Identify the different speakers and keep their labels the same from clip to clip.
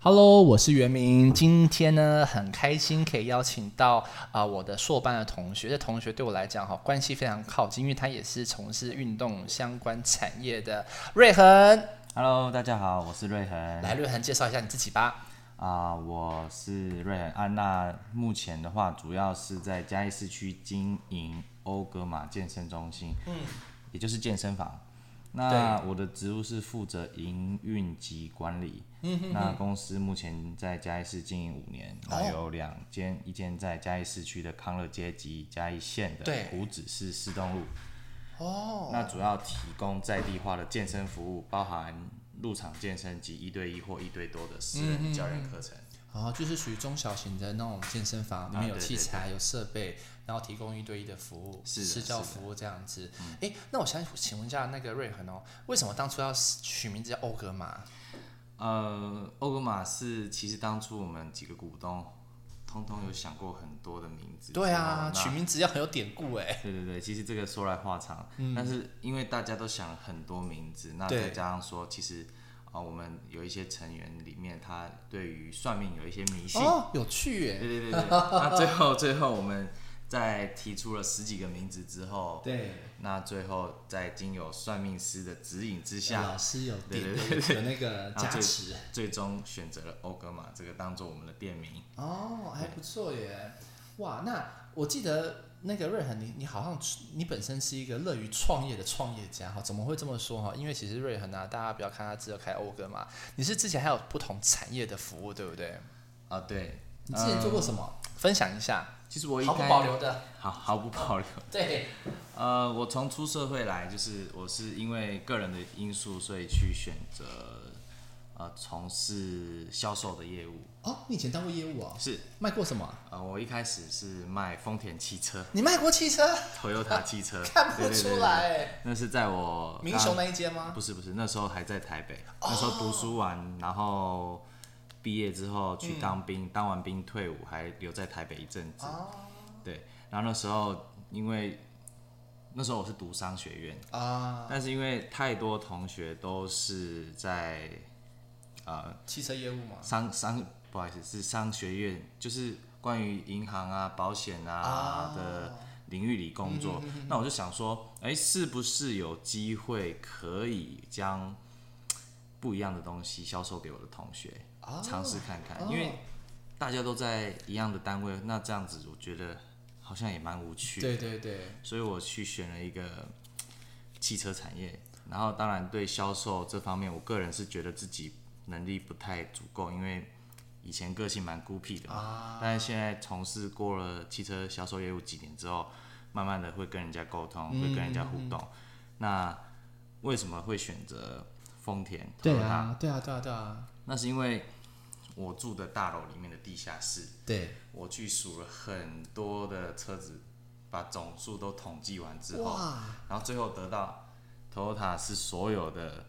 Speaker 1: Hello，我是袁明。今天呢，很开心可以邀请到啊、我的硕班的同学。这同学对我来讲哈、关系非常靠近，因为他也是从事运动相关产业的瑞恒。
Speaker 2: Hello，大家好，我是瑞恒。
Speaker 1: 来，瑞恒介绍一下你自己吧。
Speaker 2: 啊、我是瑞恒安娜。目前的话，主要是在嘉义市区经营欧格玛健身中心，嗯，也就是健身房。那我的职务是负责营运及管理。嗯哦那公司目前在嘉义市经营五年，那有两间，一间在嘉义市区的康乐街及嘉义县的
Speaker 1: 对
Speaker 2: 五指市市东路。哦。那主要提供在地化的健身服务，包含入场健身及一对一或一对多的私人教练课程。
Speaker 1: 然后哦就是属于中小型的那种健身房，里面有
Speaker 2: 对对
Speaker 1: 器材、有设备，然后提供一对一的服务，
Speaker 2: 是的
Speaker 1: 私教
Speaker 2: 是的
Speaker 1: 服务这样子。哎、那我想请问一下那个瑞恒哦，为什么当初要取名字叫欧格玛？
Speaker 2: 呃，欧格玛是其实当初我们几个股东通通有想过很多的名字。
Speaker 1: 对
Speaker 2: 然后
Speaker 1: 啊，
Speaker 2: 那
Speaker 1: 取名字要很有典故哎、
Speaker 2: 对对对，其实这个说来话长，但是因为大家都想了很多名字，那
Speaker 1: 对
Speaker 2: 再加上说，其实啊、呃我们有一些成员里面他对于算命有一些迷信，
Speaker 1: 哦，有趣哎、
Speaker 2: 对对对对，那最后最后我们在提出了十几个名字之后，
Speaker 1: 对，
Speaker 2: 那最后在经由算命师的指引之
Speaker 1: 老
Speaker 2: 下，
Speaker 1: 师有
Speaker 2: 对
Speaker 1: 点
Speaker 2: 对
Speaker 1: 有有那个
Speaker 2: 然后
Speaker 1: 加
Speaker 2: 最
Speaker 1: 持
Speaker 2: 最终选择了欧格玛这个当做我们的店名。
Speaker 1: 哦，还不错耶！哇，那我记得那个瑞恒，你你好像你本身是一个乐于创业的创业家哈，怎么会这么说哈？因为其实瑞恒啊，大家不要看他只有开欧格嘛，你是之前还有不同产业的服务，对不对？
Speaker 2: 啊，对，
Speaker 1: 你之前做过什么？分享一下，
Speaker 2: 其实我一
Speaker 1: 毫不
Speaker 2: 开
Speaker 1: 保留的。
Speaker 2: 好毫不保留。
Speaker 1: 对，
Speaker 2: 呃，我从出社会来，就是我是因为个人的因素，所以去选择呃从事销售的业务。
Speaker 1: 哦，你以前当过业务哦，
Speaker 2: 是，
Speaker 1: 卖过什么？
Speaker 2: 呃，我一开始是卖丰田汽车
Speaker 1: 你卖过汽车？，
Speaker 2: ，Toyota 汽车
Speaker 1: 看不
Speaker 2: 对
Speaker 1: 出。来，
Speaker 2: 对对对那是在我
Speaker 1: 明雄那
Speaker 2: 刚
Speaker 1: 一间吗？
Speaker 2: 不是不是，那时候还在台北，那时候读书完，然后毕业之后去当兵，当完兵退伍，还留在台北一阵子。
Speaker 1: 哦
Speaker 2: 对，然后那时候因为那时候我是读商学院。
Speaker 1: 啊，
Speaker 2: 但是因为太多同学都是在呃
Speaker 1: 汽车业务吗？
Speaker 2: 商商，不好意思，是商学院，就是关于银行啊、保险啊
Speaker 1: 啊
Speaker 2: 的领域里工作。
Speaker 1: 嗯
Speaker 2: 那我就想说，哎、是不是有机会可以将不一样的东西销售给我的同学，
Speaker 1: 啊
Speaker 2: 尝试看看？
Speaker 1: 哦
Speaker 2: 因为大家都在一样的单位，那这样子我觉得好像也蛮无趣
Speaker 1: 对
Speaker 2: 的。
Speaker 1: 对对，
Speaker 2: 所以我去选了一个呃汽车产业。然后，当然对销售这方面，我个人是觉得自己能力不太足够，因为以前个性蛮孤僻的嘛。
Speaker 1: 啊
Speaker 2: 但是现在从事过了汽车销售业务几年之后，慢慢的会跟人家沟通，
Speaker 1: 嗯
Speaker 2: 会跟人家互动。那为什么会选择丰田？
Speaker 1: 对，啊，对啊，对啊，对啊，
Speaker 2: 那是因为我住的大楼里面的地下室，
Speaker 1: 对。
Speaker 2: 我去数了很多的车子，把总数都统计完之后，
Speaker 1: 哇，
Speaker 2: 然后最后得到 Toyota 是所有的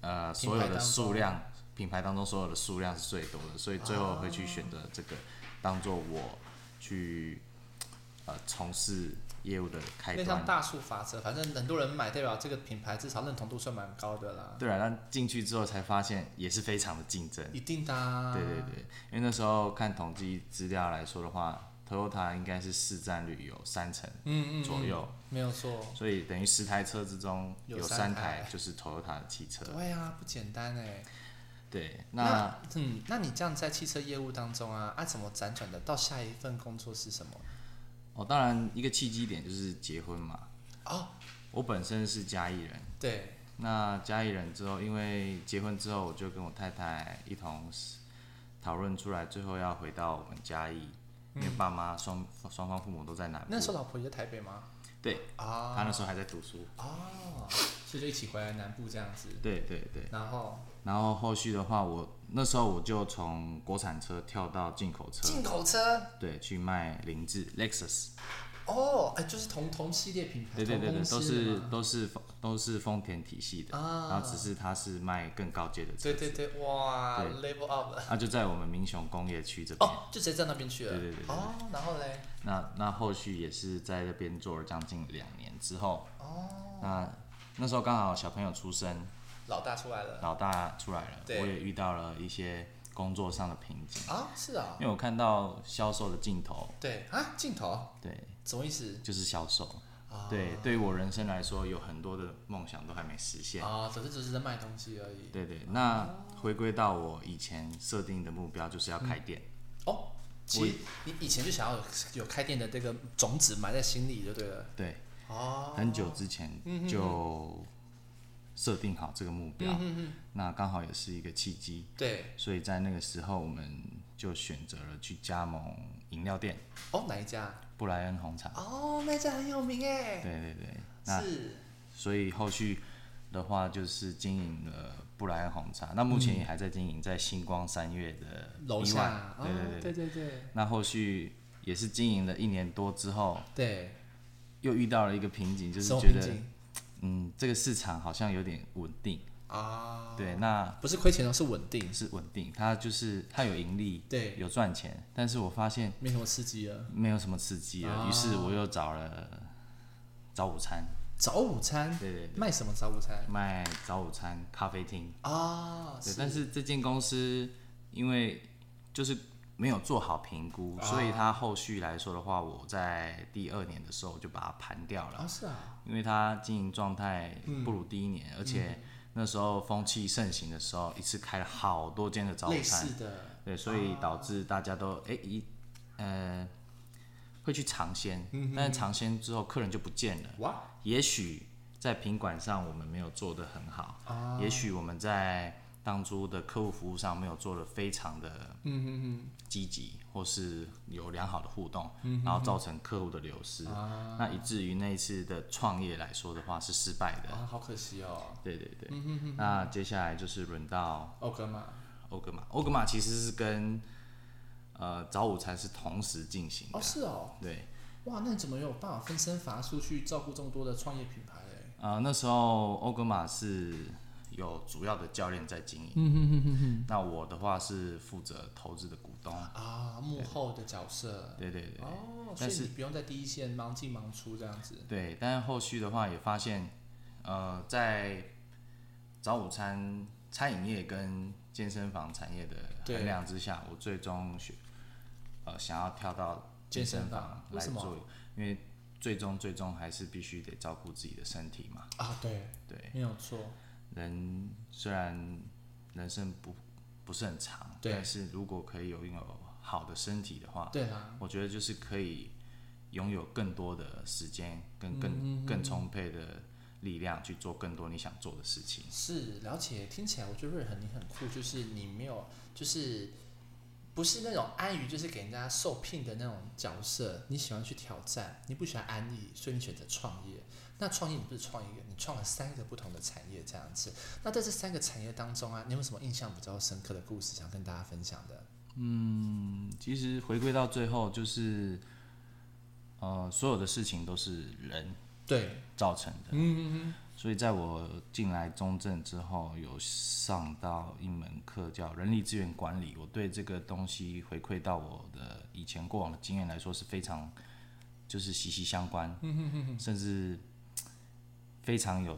Speaker 2: 呃
Speaker 1: 品
Speaker 2: 所
Speaker 1: 牌
Speaker 2: 有
Speaker 1: 当
Speaker 2: 的
Speaker 1: 中
Speaker 2: 数量品牌当中所有的数量是最多的，所以最后会去选择这个当做我去呃从事业务的开
Speaker 1: 那
Speaker 2: 端
Speaker 1: 像。大数法则，反正很多人买，代表这个品牌至少认同度算蛮高的啦，
Speaker 2: 对啊，但进去之后才发现也是非常的竞争。
Speaker 1: 一定的、啊。
Speaker 2: 对对对，因为那时候看统计资料来说的话，Toyota 应该是市占率有三成
Speaker 1: 嗯，嗯嗯，
Speaker 2: 左右，
Speaker 1: 没有错。
Speaker 2: 所以等于十台车之中
Speaker 1: 有
Speaker 2: 有
Speaker 1: 三
Speaker 2: 三
Speaker 1: 台
Speaker 2: 台就是 Toyota 的汽车。
Speaker 1: 对啊，不简单哎。
Speaker 2: 对，那
Speaker 1: 那嗯，那你这样在汽车业务当中啊，啊怎么辗转的到下一份工作是什么？
Speaker 2: 哦，当然一个契机点就是结婚嘛。
Speaker 1: 哦，
Speaker 2: 我本身是嘉义人，
Speaker 1: 对，
Speaker 2: 那嘉义人之后，因为结婚之后，我就跟我太太一同讨论出来，最后要回到我们嘉义，因为爸妈双双方父母都在南部。
Speaker 1: 那时候老婆也在台北吗？
Speaker 2: 对，
Speaker 1: 啊，
Speaker 2: 他那时候还在读书。
Speaker 1: 哦，所以就一起回来南部这样子，
Speaker 2: 对对对。
Speaker 1: 然后
Speaker 2: 然后后续的话，我那时候我就从国产车跳到进口车，
Speaker 1: 进口车
Speaker 2: 对，去卖凌志 Lexus。
Speaker 1: 哦，哎，就是同同系列品牌，
Speaker 2: 对对对
Speaker 1: 同
Speaker 2: 对，
Speaker 1: 公司
Speaker 2: 都是
Speaker 1: 的嘛
Speaker 2: 都是丰都是丰田体系的，
Speaker 1: 啊
Speaker 2: 然后只是它是卖更高阶的车
Speaker 1: 对
Speaker 2: 子
Speaker 1: 对对，哇，level up 了。
Speaker 2: 那就在我们民雄工业区这边。
Speaker 1: 哦，就直接在那边去了。
Speaker 2: 对对对对对
Speaker 1: 哦，然后嘞，
Speaker 2: 那那后续也是在这边做了将近两年之后。哦。那那时候刚好小朋友出生，
Speaker 1: 老大出来了。
Speaker 2: 老大出来了，
Speaker 1: 对
Speaker 2: 我也遇到了一些工作上的瓶颈，
Speaker 1: 啊，是啊，
Speaker 2: 因为我看到销售的尽头，
Speaker 1: 对啊，镜头
Speaker 2: 对，
Speaker 1: 什么意思
Speaker 2: 就是销售。
Speaker 1: 啊？
Speaker 2: 对，对于我人生来说，有很多的梦想都还没实现。
Speaker 1: 啊，只是只是在卖东西而已。
Speaker 2: 对对，那回归到我以前设定的目标，就是要开店。
Speaker 1: 哦，其实你以前就想要有有开店的这个种子埋在心里就对了。
Speaker 2: 对，
Speaker 1: 哦，
Speaker 2: 很久之前
Speaker 1: 嗯
Speaker 2: 就设定好这个目标，
Speaker 1: 嗯
Speaker 2: 那刚好也是一个契机，
Speaker 1: 对，
Speaker 2: 所以在那个时候我们就选择了去加盟饮料店
Speaker 1: 哦，哪一家？
Speaker 2: 布莱恩红茶。
Speaker 1: 哦，那家很有名哎，
Speaker 2: 对对对，那
Speaker 1: 是
Speaker 2: 所以后续的话就是经营了布莱恩红茶，那目前也还在经营在星光三月的
Speaker 1: 楼
Speaker 2: B1
Speaker 1: 下。
Speaker 2: 对对
Speaker 1: 哦
Speaker 2: 对
Speaker 1: 对对对
Speaker 2: 那后续也是经营了一年多之后，
Speaker 1: 哦对，
Speaker 2: 又遇到了一个瓶颈，就是
Speaker 1: 什么
Speaker 2: 觉
Speaker 1: 瓶
Speaker 2: 得，
Speaker 1: 颈
Speaker 2: 嗯，这个市场好像有点稳定。
Speaker 1: 啊？
Speaker 2: 对，那
Speaker 1: 不是亏钱哦，是稳定，
Speaker 2: 是稳定，它就是它有盈利，
Speaker 1: 对，
Speaker 2: 有赚钱，但是我发现
Speaker 1: 没什么刺激了。
Speaker 2: 没有什么刺激
Speaker 1: 啊
Speaker 2: 了，于是我又找了早午餐，
Speaker 1: 早午餐
Speaker 2: 对对对，
Speaker 1: 卖什么早午餐
Speaker 2: 卖早午餐咖啡厅。
Speaker 1: 啊？
Speaker 2: 对，但是这间公司因为就是没有做好评估，
Speaker 1: 啊
Speaker 2: 所以它后续来说的话，我在第二年的时候就把它盘掉了，
Speaker 1: 啊是啊，
Speaker 2: 因为它经营状态
Speaker 1: 嗯
Speaker 2: 不如第一年，而且那时候风气盛行的时候，一次开了好多间的早午
Speaker 1: 类
Speaker 2: 餐，
Speaker 1: 似的
Speaker 2: 对，所以导致大家都哎一呃会去尝鲜，但是尝鲜之后客人就不见了。
Speaker 1: 哇
Speaker 2: 也许在品管上我们没有做得很好，也许我们在当初的客户服务上没有做得非常的积极，或是有良好的互动，然后造成客户的流失，那以至于那一次的创业来说的话是失败的。
Speaker 1: 啊，好可惜哦，
Speaker 2: 对对对，那接下来就是轮到
Speaker 1: 欧哥嘛，
Speaker 2: 欧格玛，欧格玛其实是跟呃早午餐是同时进行的，
Speaker 1: 哦是哦，
Speaker 2: 对，啊
Speaker 1: 哇，那你怎么有办法分身乏术去照顾这么多的创业品牌欸嘞？
Speaker 2: 呃那时候欧格玛是有主要的教练在经营，
Speaker 1: 嗯
Speaker 2: 那我的话是负责投资的股东，
Speaker 1: 啊，幕后的角色
Speaker 2: 对对对、
Speaker 1: 哦，所
Speaker 2: 但
Speaker 1: 以
Speaker 2: 是
Speaker 1: 你不用在第一线忙进忙出这样子
Speaker 2: 对，但是后续的话也发现，呃，在早午餐餐饮业跟健身房产业的
Speaker 1: 对
Speaker 2: 衡量之下，我最终选呃想要跳到
Speaker 1: 健身
Speaker 2: 房
Speaker 1: 房为
Speaker 2: 来
Speaker 1: 什么
Speaker 2: 做，因为最终最终还是必须得照顾自己的身体嘛。
Speaker 1: 啊，对，
Speaker 2: 对，
Speaker 1: 没有错，
Speaker 2: 人虽然人生不不是很长，
Speaker 1: 对
Speaker 2: 但是如果可以有拥有好的身体的话，
Speaker 1: 对啦，
Speaker 2: 我觉得就是可以拥有更多的时间，跟更、更充沛的力量去做更多你想做的事情。
Speaker 1: 是了解。听起来我觉得瑞恒你很酷，就是你没有，就是不是那种安于就是给人家受聘的那种角色，你喜欢去挑战，你不喜欢安逸，所以你选择创业。那创业你不是创一个，你创了三个不同的产业这样子。那在这三个产业当中啊，你有没有什么印象比较深刻的故事想跟大家分享的？
Speaker 2: 嗯，其实回归到最后，就是呃，所有的事情都是人
Speaker 1: 对，
Speaker 2: 造成的。
Speaker 1: 嗯嗯
Speaker 2: 所以在我进来中正之后，有上到一门课叫人力资源管理，我对这个东西回馈到我的以前过往的经验来说是非常就是息息相关，
Speaker 1: 嗯
Speaker 2: 甚至非常有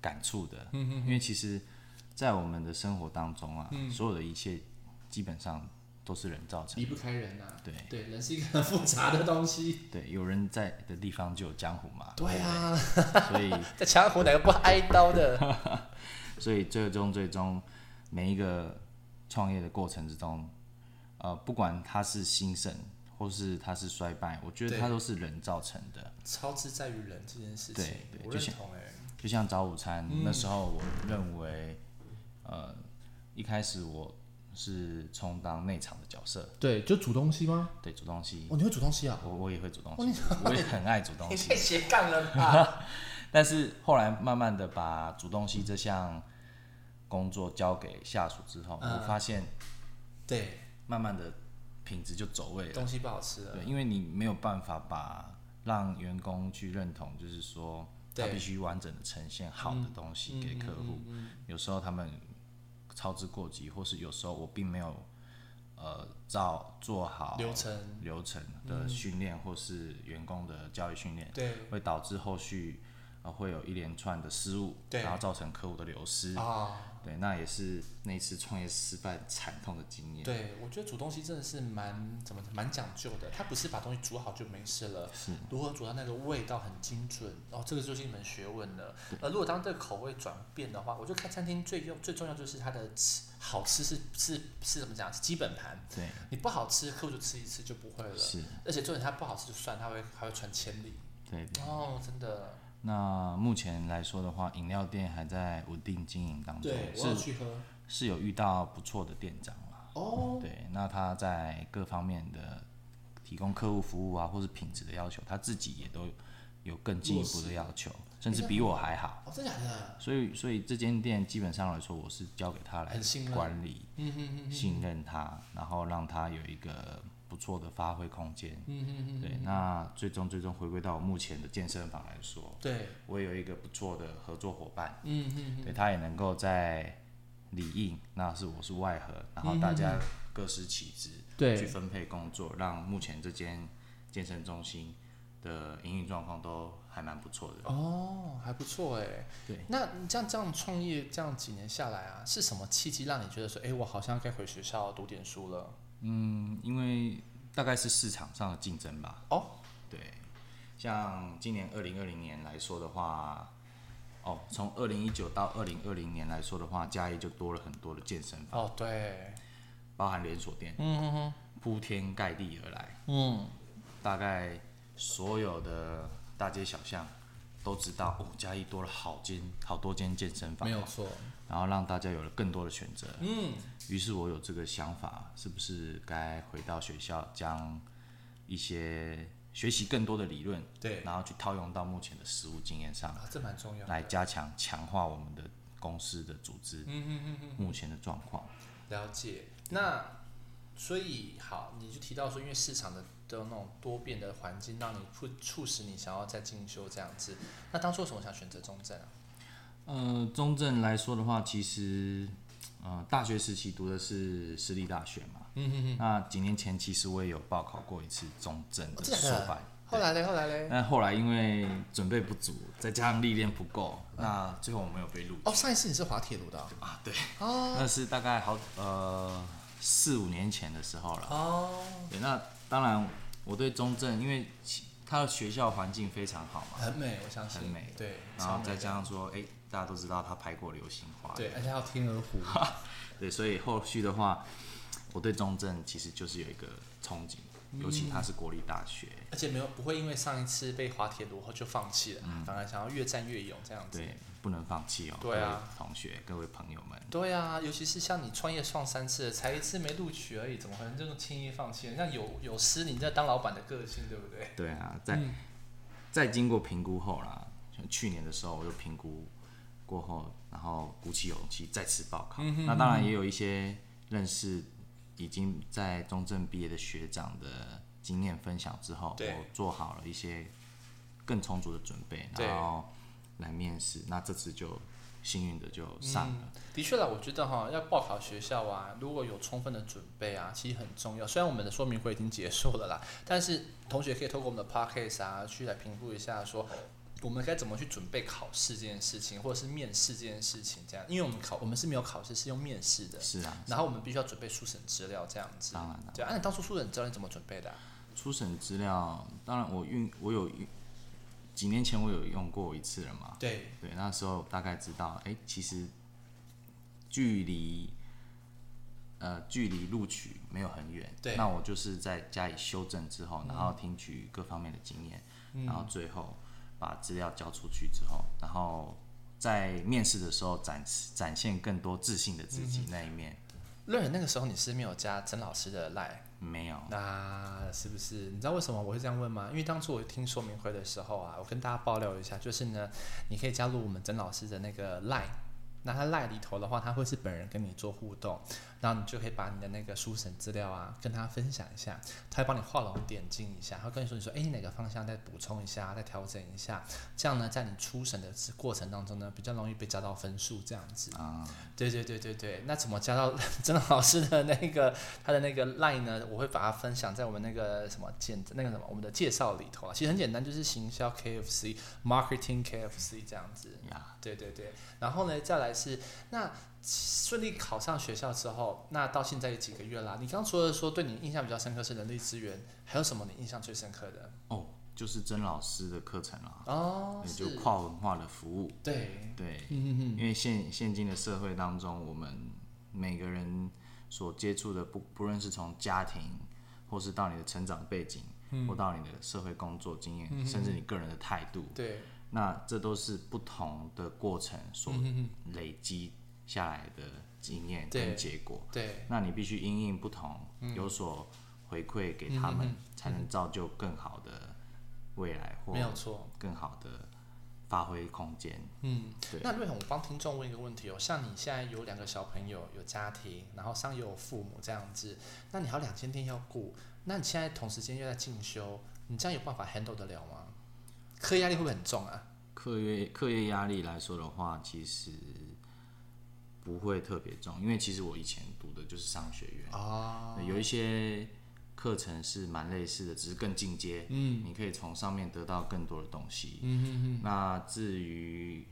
Speaker 2: 感触的，因为其实，在我们的生活当中啊，
Speaker 1: 嗯
Speaker 2: 所有的一切基本上都是人造成
Speaker 1: 离
Speaker 2: 的，
Speaker 1: 不开人呐、
Speaker 2: 对
Speaker 1: 对，人是一个很 复杂的东西。
Speaker 2: 对，有人在的地方就有江湖嘛，
Speaker 1: 对啊，
Speaker 2: 所以
Speaker 1: 在江湖哪个不挨刀的？
Speaker 2: 所以最终最终每一个创业的过程之中，呃，不管它是兴盛或是它是衰败，我觉得
Speaker 1: 对
Speaker 2: 它都是人造成的。
Speaker 1: 超支在于人这件事情
Speaker 2: 对，对
Speaker 1: 我
Speaker 2: 就
Speaker 1: 认
Speaker 2: 像
Speaker 1: 同哎、
Speaker 2: 就像早午餐、那时候，我认为，呃，一开始我是充当内场的角色，
Speaker 1: 对，就煮东西吗？
Speaker 2: 对，煮东西，
Speaker 1: 哦，你会煮东西啊？
Speaker 2: 我我也会煮东西，我也很爱煮东
Speaker 1: 你
Speaker 2: 西。
Speaker 1: 太斜杠了吧？
Speaker 2: 但是后来慢慢的把煮东西这项工作交给下属之后，
Speaker 1: 嗯
Speaker 2: 我发现
Speaker 1: 对，
Speaker 2: 慢慢的品质就走位了。
Speaker 1: 东西不好吃了。
Speaker 2: 对，因为你没有办法把让员工去认同，就是说他
Speaker 1: 对嗯
Speaker 2: 必须完整的呈现好的东西给客户。有时候他们操之过急，或是有时候我并没有呃照做好
Speaker 1: 流程，
Speaker 2: 流程的训练，或是员工的教育训练，
Speaker 1: 对，
Speaker 2: 会导致后续呃会有一连串的失误，
Speaker 1: 对
Speaker 2: 然后造成客户的流失。
Speaker 1: 啊，
Speaker 2: 对，那也是那次创业失败惨痛的经验。
Speaker 1: 对，我觉得煮东西真的是蛮怎么蛮讲究的，它不是把东西煮好就没事了，
Speaker 2: 是
Speaker 1: 如何煮到那个味道很精准，哦，这个就是一门学问了。呃，如果当这个口味转变的话，我觉得开餐厅最用最重要就是它的吃好吃是是是怎么讲，是基本盘。
Speaker 2: 对，
Speaker 1: 你不好吃，客户就吃一次就不会了。
Speaker 2: 是，
Speaker 1: 而且重点它不好吃就算，它会还会传千里。
Speaker 2: 对。
Speaker 1: 哦，真的。
Speaker 2: 那目前来说的话，饮料店还在稳定经营当中，是
Speaker 1: 去喝。
Speaker 2: 是有遇到不错的店长啦。
Speaker 1: 哦，
Speaker 2: 对，那他在各方面的提供客户服务啊，或是品质的要求，他自己也都有更进一步的要求，甚至比我还好。
Speaker 1: 哦，真假的？
Speaker 2: 所以，所以这间店基本上来说，我是交给他来
Speaker 1: 很信任
Speaker 2: 管理，
Speaker 1: 嗯哼哼，
Speaker 2: 信任他，然后让他有一个不错的发挥空间。
Speaker 1: 嗯哼哼，
Speaker 2: 对，那最终最终回归到我目前的健身房来说，
Speaker 1: 对，
Speaker 2: 我也有一个不错的合作伙伴，
Speaker 1: 嗯哼
Speaker 2: 对他也能够在里应，那是我是外合，然后大家各司其职，
Speaker 1: 对
Speaker 2: 去分配工作，让目前这间健身中心的营运状况都还蛮不错的。
Speaker 1: 哦，还不错哎。
Speaker 2: 对，
Speaker 1: 那你这样这样创业这样几年下来啊，是什么契机让你觉得说，哎，我好像该回学校读点书了？
Speaker 2: 嗯，因为大概是市场上的竞争吧。
Speaker 1: 哦，
Speaker 2: 对，像今年二零二零年来说的话，哦，从二零一九到二零二零年来说的话，嘉义就多了很多的健身房，
Speaker 1: 哦，对，
Speaker 2: 包含连锁店，
Speaker 1: 嗯哼
Speaker 2: 铺天盖地而来。
Speaker 1: 哼，嗯，
Speaker 2: 大概所有的大街小巷都知道，哦，嘉义多了好间好多间健身房，
Speaker 1: 没有错，
Speaker 2: 然后让大家有了更多的选择。
Speaker 1: 嗯，
Speaker 2: 于是我有这个想法，是不是该回到学校，将一些学习更多的理论，
Speaker 1: 对，
Speaker 2: 然后去套用到目前的实务经验上，
Speaker 1: 啊，这蛮重要的。
Speaker 2: 来加强强化我们的公司的组织
Speaker 1: 嗯哼哼哼。
Speaker 2: 目前的状况。
Speaker 1: 了解。那所以好，你就提到说，因为市场的的那种多变的环境，让你促促使你想要再进修这样子。那当初为什么想选择中正啊？
Speaker 2: 呃，中正来说的话，其实，呃，大学时期读的是私立大学嘛。嗯嗯嗯。那几年前其实我也有报考过一次中正
Speaker 1: 哦
Speaker 2: 的
Speaker 1: 真的
Speaker 2: 硕
Speaker 1: 假的
Speaker 2: 班，
Speaker 1: 后来嘞，后来嘞。
Speaker 2: 但后来因为准备不足，再加上历练不够，那最后我没有被录
Speaker 1: 哦，上一次你是滑铁卢的啊、
Speaker 2: 啊。对。 那是大概好呃四五年前的时候了。
Speaker 1: 哦，
Speaker 2: 对，那当然我对中正，因为其它的学校环境非常好嘛，
Speaker 1: 很美，我相信。
Speaker 2: 很美
Speaker 1: 对，
Speaker 2: 然
Speaker 1: 超
Speaker 2: 后
Speaker 1: 美
Speaker 2: 再
Speaker 1: 的
Speaker 2: 加上说，哎、大家都知道他拍过《流星花园》。
Speaker 1: 对，而且还有天鹅湖。
Speaker 2: 对，所以后续的话，我对中正其实就是有一个憧憬，尤其它是国立大学，
Speaker 1: 而且没有不会因为上一次被滑铁卢后就放弃了，
Speaker 2: 嗯
Speaker 1: 反而想要越战越勇这样子。
Speaker 2: 对，不能放弃哦，
Speaker 1: 对啊
Speaker 2: 各位同学、各位朋友们，
Speaker 1: 对啊，尤其是像你创业创三次了，才一次没录取而已，怎么可能这么轻易放弃呢？像有有失你这当老板的个性，对不对？
Speaker 2: 对啊，在、
Speaker 1: 嗯
Speaker 2: 在经过评估后啦，去年的时候我就评估过后，然后鼓起勇气再次报
Speaker 1: 嗯
Speaker 2: 考，那当然也有一些认识已经在中正毕业的学长的经验分享之后，
Speaker 1: 对
Speaker 2: 我做好了一些更充足的准备，
Speaker 1: 对
Speaker 2: 然后来面试，那这次就幸运的就上了，
Speaker 1: 的确啦，我觉得哈，要报考学校啊，如果有充分的准备啊，其实很重要。虽然我们的说明会已经结束了啦，但是同学可以透过我们的 podcast 啊，去来评估一下说。我们该怎么去准备考试这件事情，或者是面试这件事情？这样，因为我们考我们是没有考试，是用面试的，
Speaker 2: 是啊，
Speaker 1: 然后我们必须要准备书审资料这样子。
Speaker 2: 当然了、
Speaker 1: 对，按、啊、你当初书审资料你怎么准备的啊、
Speaker 2: 初审资料，当然我运我有运几年前我有用过一次了嘛，
Speaker 1: 对，
Speaker 2: 对，那时候大概知道，哎、其实距离呃距离录取没有很远，
Speaker 1: 对嗯
Speaker 2: 那我就是在加以修正之后，然后听取各方面的经验，然后最后把资料交出去之后，然后在面试的时候展示展现更多自信的自己
Speaker 1: 嗯
Speaker 2: 那一面，
Speaker 1: 瑞仁那个时候你是没有加曾老师的 line，
Speaker 2: 没有，
Speaker 1: 那是不是？你知道为什么我会这样问吗？因为当初我听说明会的时候啊，我跟大家爆料一下，就是呢，你可以加入我们曾老师的那个 line。那他赖里头的话，他会是本人跟你做互动，然后你就可以把你的那个书审资料啊跟他分享一下，他会帮你画龙点睛一下，他会跟你说，你说，哎，你哪个方向再补充一下，再调整一下，这样呢，在你初审的过程当中呢，比较容易被加到分数这样子。
Speaker 2: 啊，
Speaker 1: 对对对对对，那怎么加到 真的老师的那个他的那个 line 呢？我会把它分享在我们那个什么简那个什么我们的介绍里头啊。其实很简单，就是行销 KFC、marketing KFC 这样子。
Speaker 2: 呀，
Speaker 1: 对对对，然后呢，再来是那顺利考上学校之后，那到现在有几个月啦？你刚除了说对你印象比较深刻是人力资源，还有什么你印象最深刻的？
Speaker 2: 哦，就是曾老师的课程啦，
Speaker 1: 哦，
Speaker 2: 也
Speaker 1: 是
Speaker 2: 就跨文化的服务，
Speaker 1: 对，
Speaker 2: 对，
Speaker 1: 嗯嗯
Speaker 2: 因为现现今的社会当中，我们每个人所接触的不不论是从家庭，或是到你的成长背景，或到你的社会工作经验，甚至你个人的态度，
Speaker 1: 嗯，对，
Speaker 2: 那这都是不同的过程所
Speaker 1: 嗯嗯
Speaker 2: 累积下来的经验
Speaker 1: 对
Speaker 2: 跟结果。
Speaker 1: 嗯，对，
Speaker 2: 那你必须因应不同，有所回馈
Speaker 1: 嗯
Speaker 2: 给他们，才能造就更好的未来或
Speaker 1: 没有错，
Speaker 2: 更好的发挥空间。
Speaker 1: 嗯。
Speaker 2: 对，
Speaker 1: 那瑞恒，我帮听众问一个问题哦，像你现在有两个小朋友，有家庭，然后上有父母这样子，那你还有两间店要顾，那你现在同时间又在进修，你这样有办法 handle 得了吗？课业压力会不会很重啊？
Speaker 2: 课业课业压力来说的话，其实不会特别重，因为其实我以前读的就是商学院，
Speaker 1: 哦，
Speaker 2: 对有一些课程是蛮类似的，只是更进阶，嗯，你可以从上面得到更多的东西，嗯嗯嗯。那至于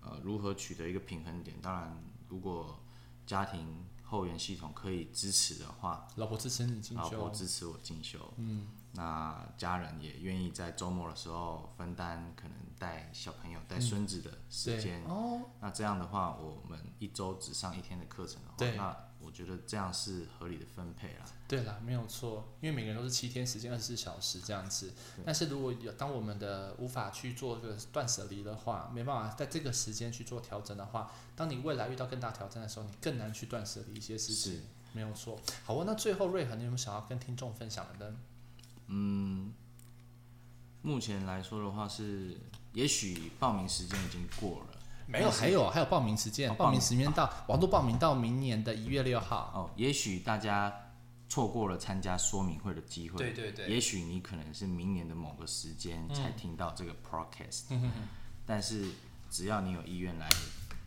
Speaker 2: 呃如何取得一个平衡点，当然如果家庭后援系统可以支持的话，
Speaker 1: 老婆支持你进
Speaker 2: 老婆
Speaker 1: 修，
Speaker 2: 支持我进修，嗯，那家人也愿意在周末的时候分担可能带小朋友、带孙子的时间。
Speaker 1: 哦，
Speaker 2: 那这样的话，我们一周只上一天的课程的
Speaker 1: 对
Speaker 2: 话，那我觉得这样是合理的分配啦。
Speaker 1: 对啦，没有错，因为每个人都是七天时间，二十四小时这样子。但是如果有当我们的无法去做这个断舍离的话，没办法在这个时间去做调整的话，当你未来遇到更大挑战的时候，你更难去断舍离一些事情。
Speaker 2: 是，
Speaker 1: 没有错。好哦，那最后瑞恒，你有没有想要跟听众分享的呢？
Speaker 2: 目前来说的话是，也许报名时间已经过了
Speaker 1: 没有，还有还有报名时间，
Speaker 2: 哦
Speaker 1: 报名时间到，网络报名到明年的一月六号。
Speaker 2: 哦，也许大家错过了参加说明会的机会。
Speaker 1: 对对对
Speaker 2: 也许你可能是明年的某个时间才听到
Speaker 1: 嗯
Speaker 2: 这个 podcast，、但是只要你有意愿来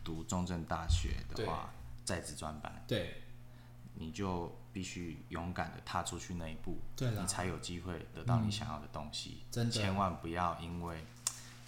Speaker 2: 读中正大学的话，在职专班，
Speaker 1: 对
Speaker 2: 你就必须勇敢的踏出去那一步，
Speaker 1: 对啦嗯
Speaker 2: 你才有机会得到你想要的东西。
Speaker 1: 真的
Speaker 2: 千万不要因为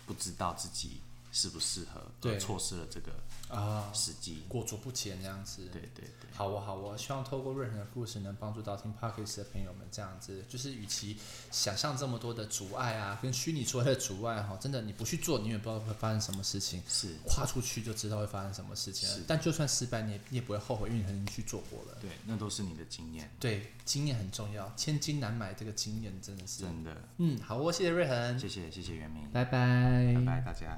Speaker 2: 不知道自己适不适合
Speaker 1: 对
Speaker 2: 而错失了这个
Speaker 1: 啊，
Speaker 2: 时机。
Speaker 1: 裹足不前这样子。
Speaker 2: 对对对，
Speaker 1: 好哦，好哦，希望透过瑞恒的故事能帮助到听 Parkes 的朋友们，这样子就是与其想象这么多的阻碍啊，跟虚拟出来的阻碍哈，真的你不去做，你也不知道会发生什么事情。
Speaker 2: 是，
Speaker 1: 跨出去就知道会发生什么事情了
Speaker 2: 是，
Speaker 1: 但就算失败，你也你也不会后悔，因为你已经去做过了。
Speaker 2: 对，那都是你的经验，
Speaker 1: 对，经验很重要，千金难买这个经验真的是。
Speaker 2: 真的。
Speaker 1: 嗯，好哦，谢谢瑞恒，
Speaker 2: 谢谢谢谢袁明，
Speaker 1: 拜拜
Speaker 2: 拜拜大家。